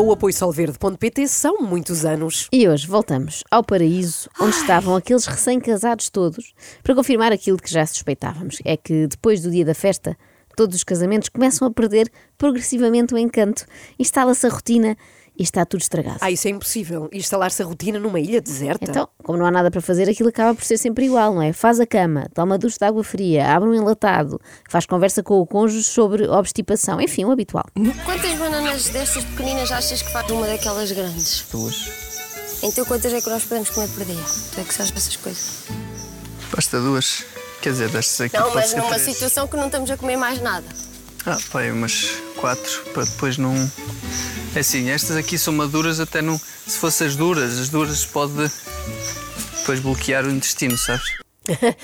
o apoio solverde.pt são muitos anos. E hoje voltamos ao paraíso onde estavam aqueles recém-casados todos para confirmar aquilo que já suspeitávamos: é que depois do dia da festa, todos os casamentos começam a perder progressivamente o encanto, instala-se a rotina e está tudo estragado. Ah, isso é impossível. Instalar-se a rotina numa ilha deserta. Então, como não há nada para fazer, aquilo acaba por ser sempre igual, não é? Faz a cama, toma duche de água fria, abre um enlatado, faz conversa com o cônjuge sobre obstipação, enfim, o habitual. Quantas bananas destas pequeninas achas que faz uma daquelas grandes? Duas. Então quantas é que nós podemos comer por dia? Tu é que sabes essas coisas. Basta duas. Quer dizer, destas aqui Não, pode mas ser numa três. situação que não estamos a comer mais nada. Ah, pai, umas quatro, para depois não... É assim, estas aqui são maduras até não... Se fossem as duras, as duras pode depois bloquear o intestino, sabes?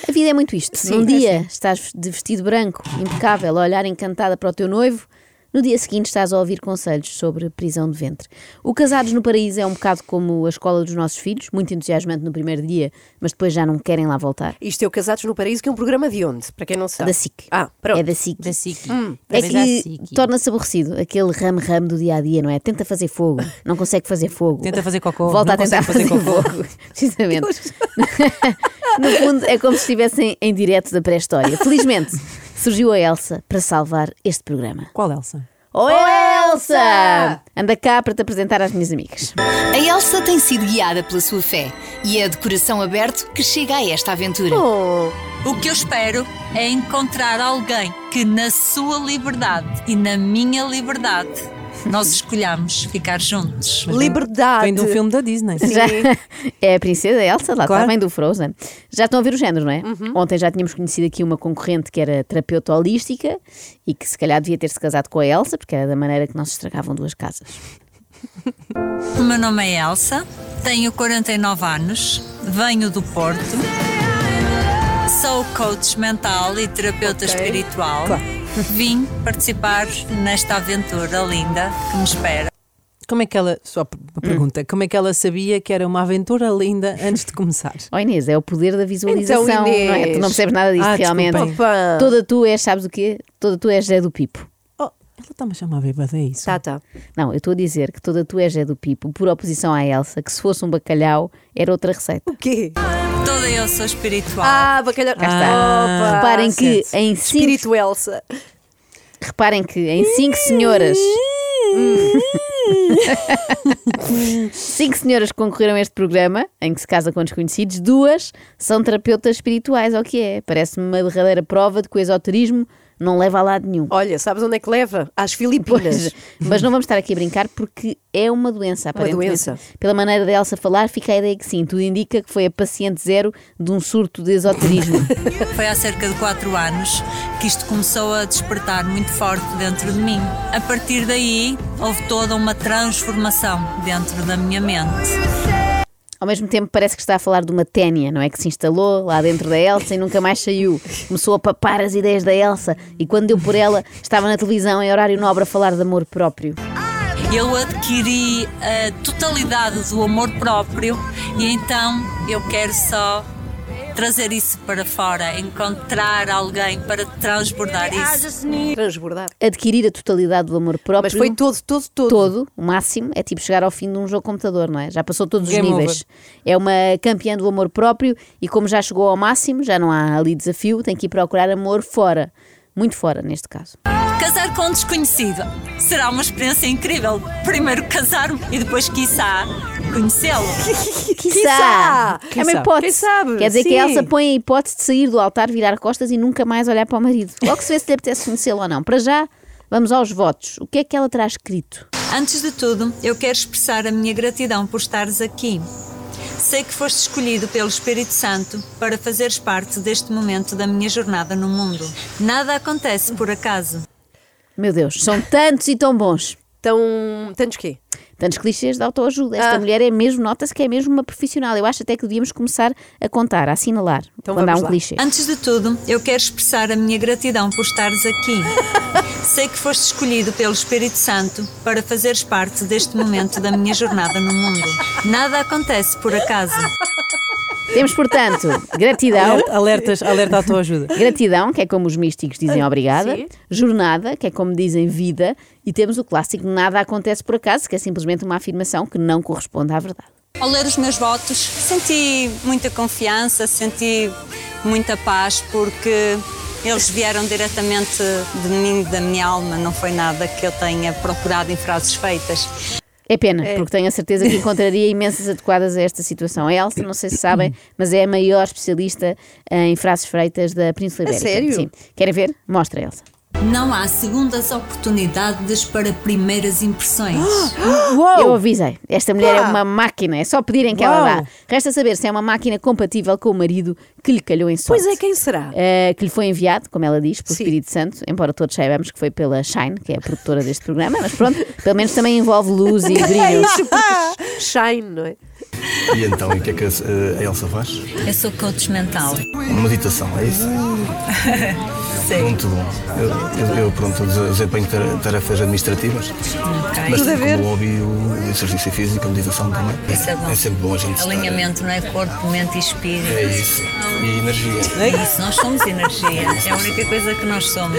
A vida é muito isto. Sim, Num é dia estás de vestido branco, impecável, a olhar encantada para o teu noivo. No dia seguinte estás a ouvir conselhos sobre prisão de ventre. O Casados no Paraíso é um bocado como a escola dos nossos filhos, muito entusiasmante no primeiro dia, mas depois já não querem lá voltar. Isto é o Casados no Paraíso, que é um programa de onde? Para quem não sabe. Da SIC. Ah, pronto. É da SIC. Da SIC. É Talvez à que SIC. torna-se aborrecido aquele ramo-ramo do dia a dia, não é? Tenta fazer fogo, não consegue fazer fogo. Tenta fazer cocô, Volta não a tentar fazer, consegue fazer fogo. Precisamente. no fundo, é como se estivessem em direto da pré-história. Felizmente, surgiu a Elsa para salvar este programa. Qual Elsa? Oh, Elsa! Anda cá para te apresentar às minhas amigas. A Elsa tem sido guiada pela sua fé e é de coração aberto que chega a esta aventura. Oh, O que eu espero é encontrar alguém que, na sua liberdade e na minha liberdade, nós escolhamos ficar juntos. liberdade. Vem de um filme da Disney. Já é a princesa Elsa, lá Claro. está, vem do Frozen. Já estão a ver os géneros, não é? Uhum. Ontem já tínhamos conhecido aqui uma concorrente que era terapeuta holística e que se calhar devia ter-se casado com a Elsa, porque era da maneira que não se estragavam duas casas. O meu nome é Elsa, tenho 49 anos, venho do Porto, sou coach mental e terapeuta espiritual. Vim participar nesta aventura linda que me espera. Como é que ela. Só p- uma pergunta. Como é que ela sabia que era uma aventura linda antes de começar? Oh Inês, é o poder da visualização, Então, Inês. não é? Tu não percebes nada disso Ah, realmente. desculpem. Opa. Toda tu és, sabes o quê? Toda tu és Zé do Pipo. Oh, ela está-me a chamar bêbada, é isso? Tá, tá. Não, eu estou a dizer que toda tu és Zé do Pipo, por oposição à Elsa, que se fosse um bacalhau era outra receita. O quê? Toda eu sou espiritual. Ah, bacalhau. Cá está. Ah, Opa. Reparem que certo. em cinco Espírito Elsa. Reparem que em cinco senhoras. cinco senhoras que concorreram a este programa, em que se casa com desconhecidos, duas são terapeutas espirituais, ao que é. Parece-me uma derradeira prova de que o esoterismo não leva a lado nenhum. Olha, sabes onde é que leva? Às Filipinas. Pois, mas não vamos estar aqui a brincar porque é uma doença, aparentemente. doença. Pela maneira da Elsa falar, fica a ideia que sim. Tudo indica que foi a paciente zero de um surto de esoterismo. Foi há cerca de 4 anos que isto começou a despertar muito forte dentro de mim. A partir daí, houve toda uma transformação dentro da minha mente. Ao mesmo tempo parece que está a falar de uma ténia, não é? Que se instalou lá dentro da Elsa e nunca mais saiu. Começou a papar as ideias da Elsa e quando deu por ela estava na televisão em horário nobre a falar de amor próprio. Eu adquiri a totalidade do amor próprio e então eu quero só trazer isso para fora, encontrar alguém para transbordar isso. Transbordar. Adquirir a totalidade do amor próprio. Mas foi todo, todo, todo. todo, o máximo, é tipo chegar ao fim de um jogo de computador, não é? Já passou todos Game os níveis. É uma campeã do amor próprio e como já chegou ao máximo, já não há ali desafio, tem que ir procurar amor fora. Muito fora, neste caso. Casar com um desconhecido será uma experiência incrível. Primeiro casar-me e depois, quiçá, conhecê-lo. Quiçá! É uma Quiçá. hipótese. Quem sabe? Quer dizer Sim. que a Elsa põe a hipótese de sair do altar, virar costas e nunca mais olhar para o marido. Logo se vê se lhe apetece conhecê-lo ou não. Para já, vamos aos votos. O que é que ela terá escrito? Antes de tudo, eu quero expressar a minha gratidão por estares aqui. Sei que foste escolhido pelo Espírito Santo para fazeres parte deste momento da minha jornada no mundo. Nada acontece por acaso. Meu Deus, são tantos e tão bons. Tão. Tantos quê? Tantos clichês de autoajuda. Esta Ah. mulher é mesmo, nota-se que é mesmo uma profissional. Eu acho até que devíamos começar a contar, a assinalar, Então quando há vamos um lá. clichê. Antes de tudo, eu quero expressar a minha gratidão por estares aqui. Sei que foste escolhido pelo Espírito Santo para fazeres parte deste momento da minha jornada no mundo. Nada acontece por acaso. Temos, portanto, gratidão. Alerta- Alertas, alerta à tua ajuda. Gratidão, que é como os místicos dizem obrigada. sim. Jornada, que é como dizem vida. E temos o clássico nada acontece por acaso, que é simplesmente uma afirmação que não corresponde à verdade. Ao ler os meus votos, senti muita confiança, senti muita paz, porque eles vieram diretamente de mim, da minha alma, não foi nada que eu tenha procurado em frases feitas. É pena, porque tenho a certeza que encontraria imensas adequadas a esta situação. A Elsa, não sei se sabem, mas é a maior especialista eh, em frases freitas da Península Ibérica. sério? Sim. Querem ver? Mostra, Elsa. Não há segundas oportunidades para primeiras impressões. Oh! Eu avisei. Esta mulher é uma máquina, é só pedirem que ela Uau. dá. Resta saber se é uma máquina compatível com o marido que lhe calhou em sorte. Pois é, quem será? Eh, que lhe foi enviado, como ela diz, pelo Sim. Espírito Santo, embora todos saibamos que foi pela Shine, que é a produtora deste programa, mas pronto, pelo menos também envolve luz e É brilho. Shine, não é? E então, e o que é que a, a Elsa faz? Eu sou coach mental. Uma meditação, é isso? É Muito bom. Eu, eu, eu pronto, des- desempenho tar- tarefas administrativas, mas Tudo a tenho ver. como hobby o exercício físico, a meditação também. Isso é bom. sempre bom a gente estar- Alinhamento, não é? Corpo, mente e espírito. É isso. E energia. É isso, nós somos energia. É a única coisa que nós somos.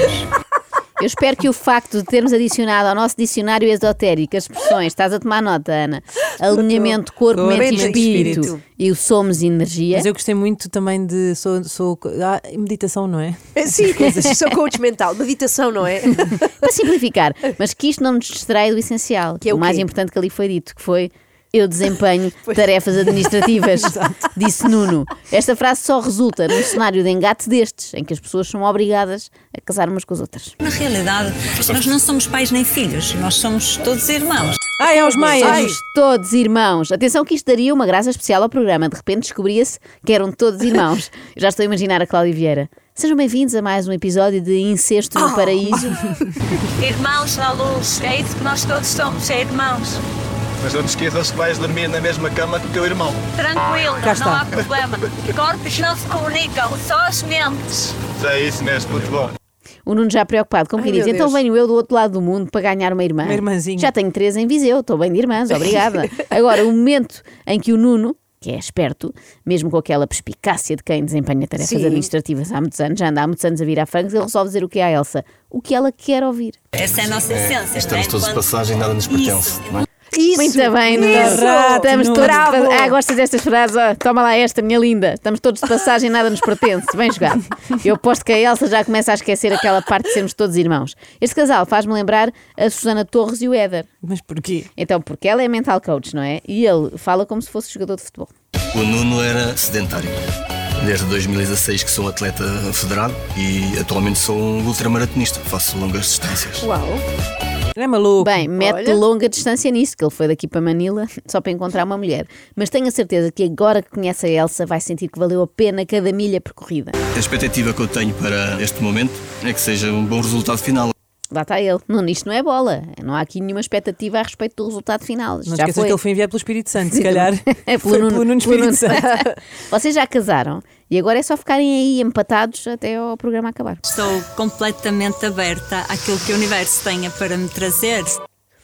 Eu espero que o facto de termos adicionado ao nosso dicionário esotérico as expressões, estás a tomar nota, Ana, alinhamento corpo, Corpo, mente e mente e espírito espírito. e o somos e energia. Mas eu gostei muito também de. Sou, sou, ah, meditação, não é? É, Sim, sou coach mental. Meditação, não é? Para simplificar, mas que isto não nos distrai do essencial, que é o, o mais quê? importante que ali foi dito, que foi eu desempenho tarefas administrativas, disse Nuno. Esta frase só resulta num cenário de engate destes, em que as pessoas são obrigadas a casar umas com as outras. Na realidade, nós não somos pais nem filhos, nós somos todos irmãos. Ah, é aos maias! Somos todos irmãos. Atenção que isto daria uma graça especial ao programa. De repente descobria-se que eram todos irmãos. Eu já estou a imaginar a Cláudia Vieira. Sejam bem-vindos a mais um episódio de Incesto no Paraíso. Irmãos na luz, é isso que nós todos somos, é irmãos. Mas não te esqueças que vais dormir na mesma cama que o teu irmão. Tranquilo, Cá está. não há problema. Corpos não se comunicam, só as mentes. Já é isso mesmo, muito bom. O Nuno já preocupado, como quem Ai, diz, meu então Deus. venho eu do outro lado do mundo para ganhar uma irmã. Uma irmãzinha. Já tenho três em Viseu, estou bem de irmãs, obrigada. Agora, o momento em que o Nuno, que é esperto, mesmo com aquela perspicácia de quem desempenha tarefas Sim. administrativas há muitos anos, já anda há muitos anos a vir à Francos, ele resolve dizer o que é à Elsa, o que ela quer ouvir. Essa é a nossa essência. né? é? Estamos todos de passagem, nada nos pertence. não é? Isso. Muito bem, Nuno. Estamos Nuno. todos. Bravo. Ah, gostas destas frases? Ah, toma lá esta, minha linda. Estamos todos de passagem, nada nos pertence. Bem jogado. Eu aposto que a Elsa já começa a esquecer aquela parte de sermos todos irmãos. Este casal faz-me lembrar a Susana Torres e o Éder. Mas porquê? Então, porque ela é mental coach, não é? E ele fala como se fosse jogador de futebol. O Nuno era sedentário. Desde 2016 que sou um atleta federado e atualmente sou um ultramaratonista, faço longas distâncias. Uau. Não é maluco? Bem, mete longa distância nisso, que ele foi daqui para Manila só para encontrar uma mulher. Mas tenho a certeza que agora que conhece a Elsa vai sentir que valeu a pena cada milha percorrida. A expectativa que eu tenho para este momento é que seja um bom resultado final. Lá está ele. Nuno, isto não é bola. Não há aqui nenhuma expectativa a respeito do resultado final. Não já esqueças foi. que ele foi enviado pelo Espírito Santo, se calhar. É pelo Foi Nuno, pelo Nuno pelo Espírito Nuno. Santo. Vocês já casaram e agora é só ficarem aí empatados até ao programa acabar. Estou completamente aberta àquilo que o universo tenha para me trazer.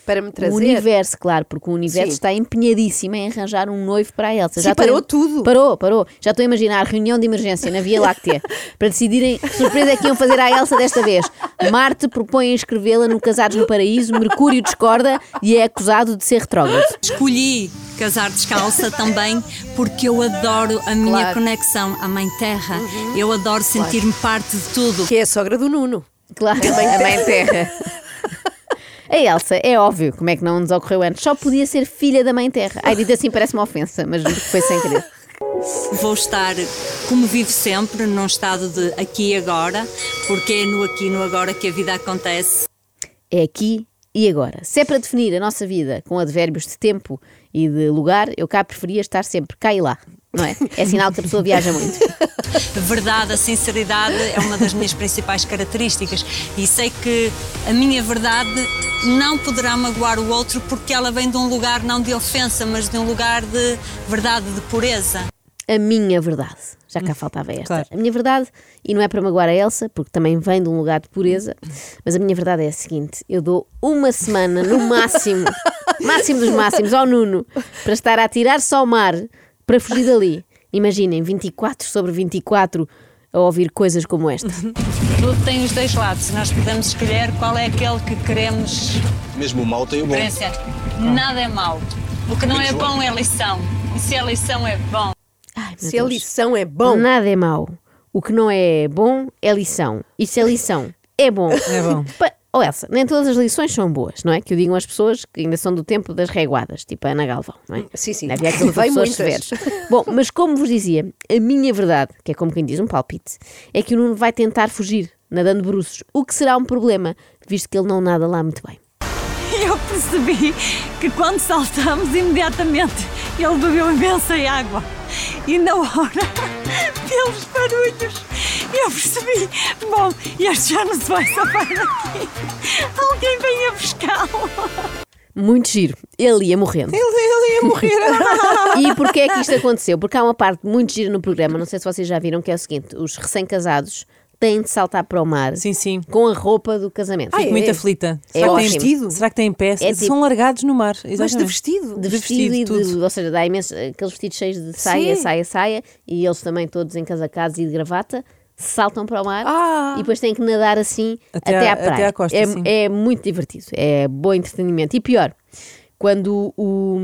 Para me trazer. O universo, claro, porque o universo Sim. está empenhadíssimo em arranjar um noivo para a Elsa. Sim, estou a- parou tudo. Parou, parou. Já estou a imaginar reunião de emergência na Via Láctea para decidirem que surpresa é que iam fazer à Elsa desta vez. Marte propõe inscrevê-la no Casados no Paraíso, Mercúrio discorda e é acusado de ser retrógrado. Escolhi casar descalça também porque eu adoro a minha Claro. conexão à Mãe Terra. Uhum. Eu adoro sentir-me parte de tudo. Que é a sogra do Nuno. Claro, a mãe terra. A Elsa, é óbvio, como é que não nos ocorreu antes? Só podia ser filha da mãe terra. Ai, dito assim parece uma ofensa, mas juro que foi sem querer. Vou estar como vivo sempre, num estado de aqui e agora, porque é no aqui e no agora que a vida acontece. É aqui e agora. Se é para definir a nossa vida com advérbios de tempo e de lugar, eu cá preferia estar sempre cá e lá, não é? É sinal que a pessoa viaja muito. A verdade, a sinceridade é uma das minhas principais características e sei que a minha verdade não poderá magoar o outro porque ela vem de um lugar não de ofensa, mas de um lugar de verdade, de pureza. A minha verdade. Já cá faltava esta. claro. A minha verdade, e não é para magoar a Elsa, porque também vem de um lugar de pureza, mas a minha verdade é a seguinte: eu dou uma semana, no máximo, máximo dos máximos, ao Nuno, para estar a atirar-se ao mar, para fugir dali. Imaginem, 24 sobre 24 a ouvir coisas como esta. Tudo tem os dois lados. Nós podemos escolher qual é aquele que queremos Mesmo o mau tem o bom. diferenciar. Nada é mau. O que não é bom é lição. E se a lição é bom, Ai, meu Se a Deus. lição é bom, Nada é mau. O que não é bom é lição. E se a lição é bom. É bom. Pa- Oh Elsa, nem todas as lições são boas, não é? Que o digam as pessoas que ainda são do tempo das reguadas, tipo a Ana Galvão, não é? Sim, sim. Ainda Havia aquelas Vai pessoas muitas. severas. Bom, mas como vos dizia, a minha verdade, que é como quem diz um palpite, é que o Nuno vai tentar fugir, nadando bruços, o que será um problema, visto que ele não nada lá muito bem. eu percebi que quando saltamos, imediatamente ele bebeu imensa água. E na hora, pelos barulhos, eu percebi: bom, este já não se vai safar daqui. Alguém venha buscá-lo. Muito giro, ele ia morrendo. Ele, ele ia É morrer. E porquê é que isto aconteceu? Porque há uma parte muito gira no programa, não sei se vocês já viram, que é o seguinte: os recém-casados têm de saltar para o mar sim, sim. com a roupa do casamento. Fico muito aflita. Será que É ótimo. tem vestido? Será que tem peça? É tipo- São largados no mar. mas de exatamente. vestido. De De vestido, vestido, e de. tudo. Ou seja, dá imenso. Aqueles vestidos cheios de saia, Sim. saia, saia, e eles também todos encasacados e de gravata. Saltam para o mar Ah. e depois têm que nadar assim até, Até à à- praia. até à costa, é, sim. é muito divertido, é bom entretenimento. E pior, quando, o,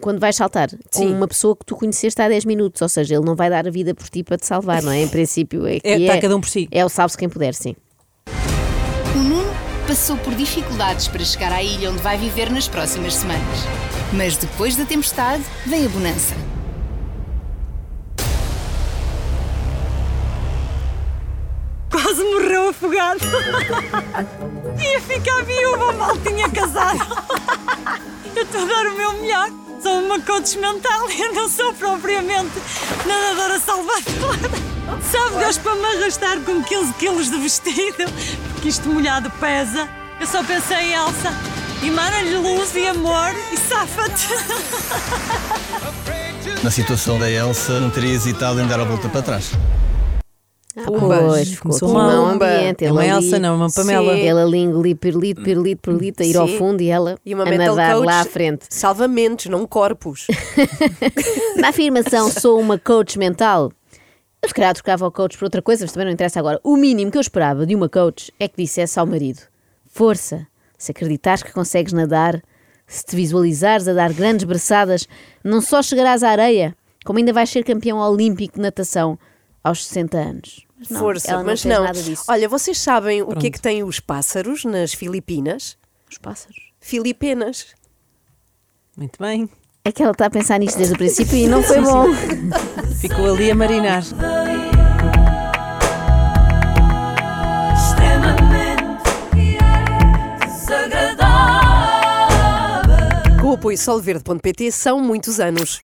quando vais saltar com uma pessoa que tu conheceste há 10 minutos, ou seja, ele não vai dar a vida por ti para te salvar, não é? Em princípio, é, que É, tá cada um por si. É o salve-se quem puder, sim. O Nuno passou por dificuldades para chegar à ilha onde vai viver nas próximas semanas. Mas depois da tempestade, vem a bonança. Quase morreu afogado. Ia ficar viúva, mal tinha casado. Eu estou a dar o meu melhor. Sou uma coach mental e eu não sou propriamente nadadora salvadora. Sabe Deus para me arrastar com 15 quilos de vestido, porque isto molhado pesa. Eu só pensei, Elsa, emana-lhe luz e amor e safa-te. Na situação da Elsa, não teria hesitado em dar a volta para trás. Ah, Pumbas. pois, ficou Começou aqui uma um pomba. ambiente. É ele uma ali- Elsa, não, é uma Pamela. Sim. Ele ali engolir perlito, perlito, perlito, a ir ao Sim. fundo e ela Hum, E uma a mental nadar coach lá à frente. salva mentes, não corpos. Na afirmação, sou uma coach mental. Eu se calhar trocava o coach por outra coisa, mas também não interessa agora. O mínimo que eu esperava de uma coach é que dissesse ao marido: Força, se acreditares que consegues nadar, se te visualizares a dar grandes braçadas, não só chegarás à areia, como ainda vais ser campeão olímpico de natação aos 60 anos. Mas não, Força, ela não mas fez não. nada disso. Olha, vocês sabem o que é que têm os pássaros nas Filipinas? Os pássaros. Filipinas. Muito bem. É que ela está a pensar nisto desde o princípio e não foi bom. Ficou ali a marinar. Com o apoio solverde.pt são muitos anos.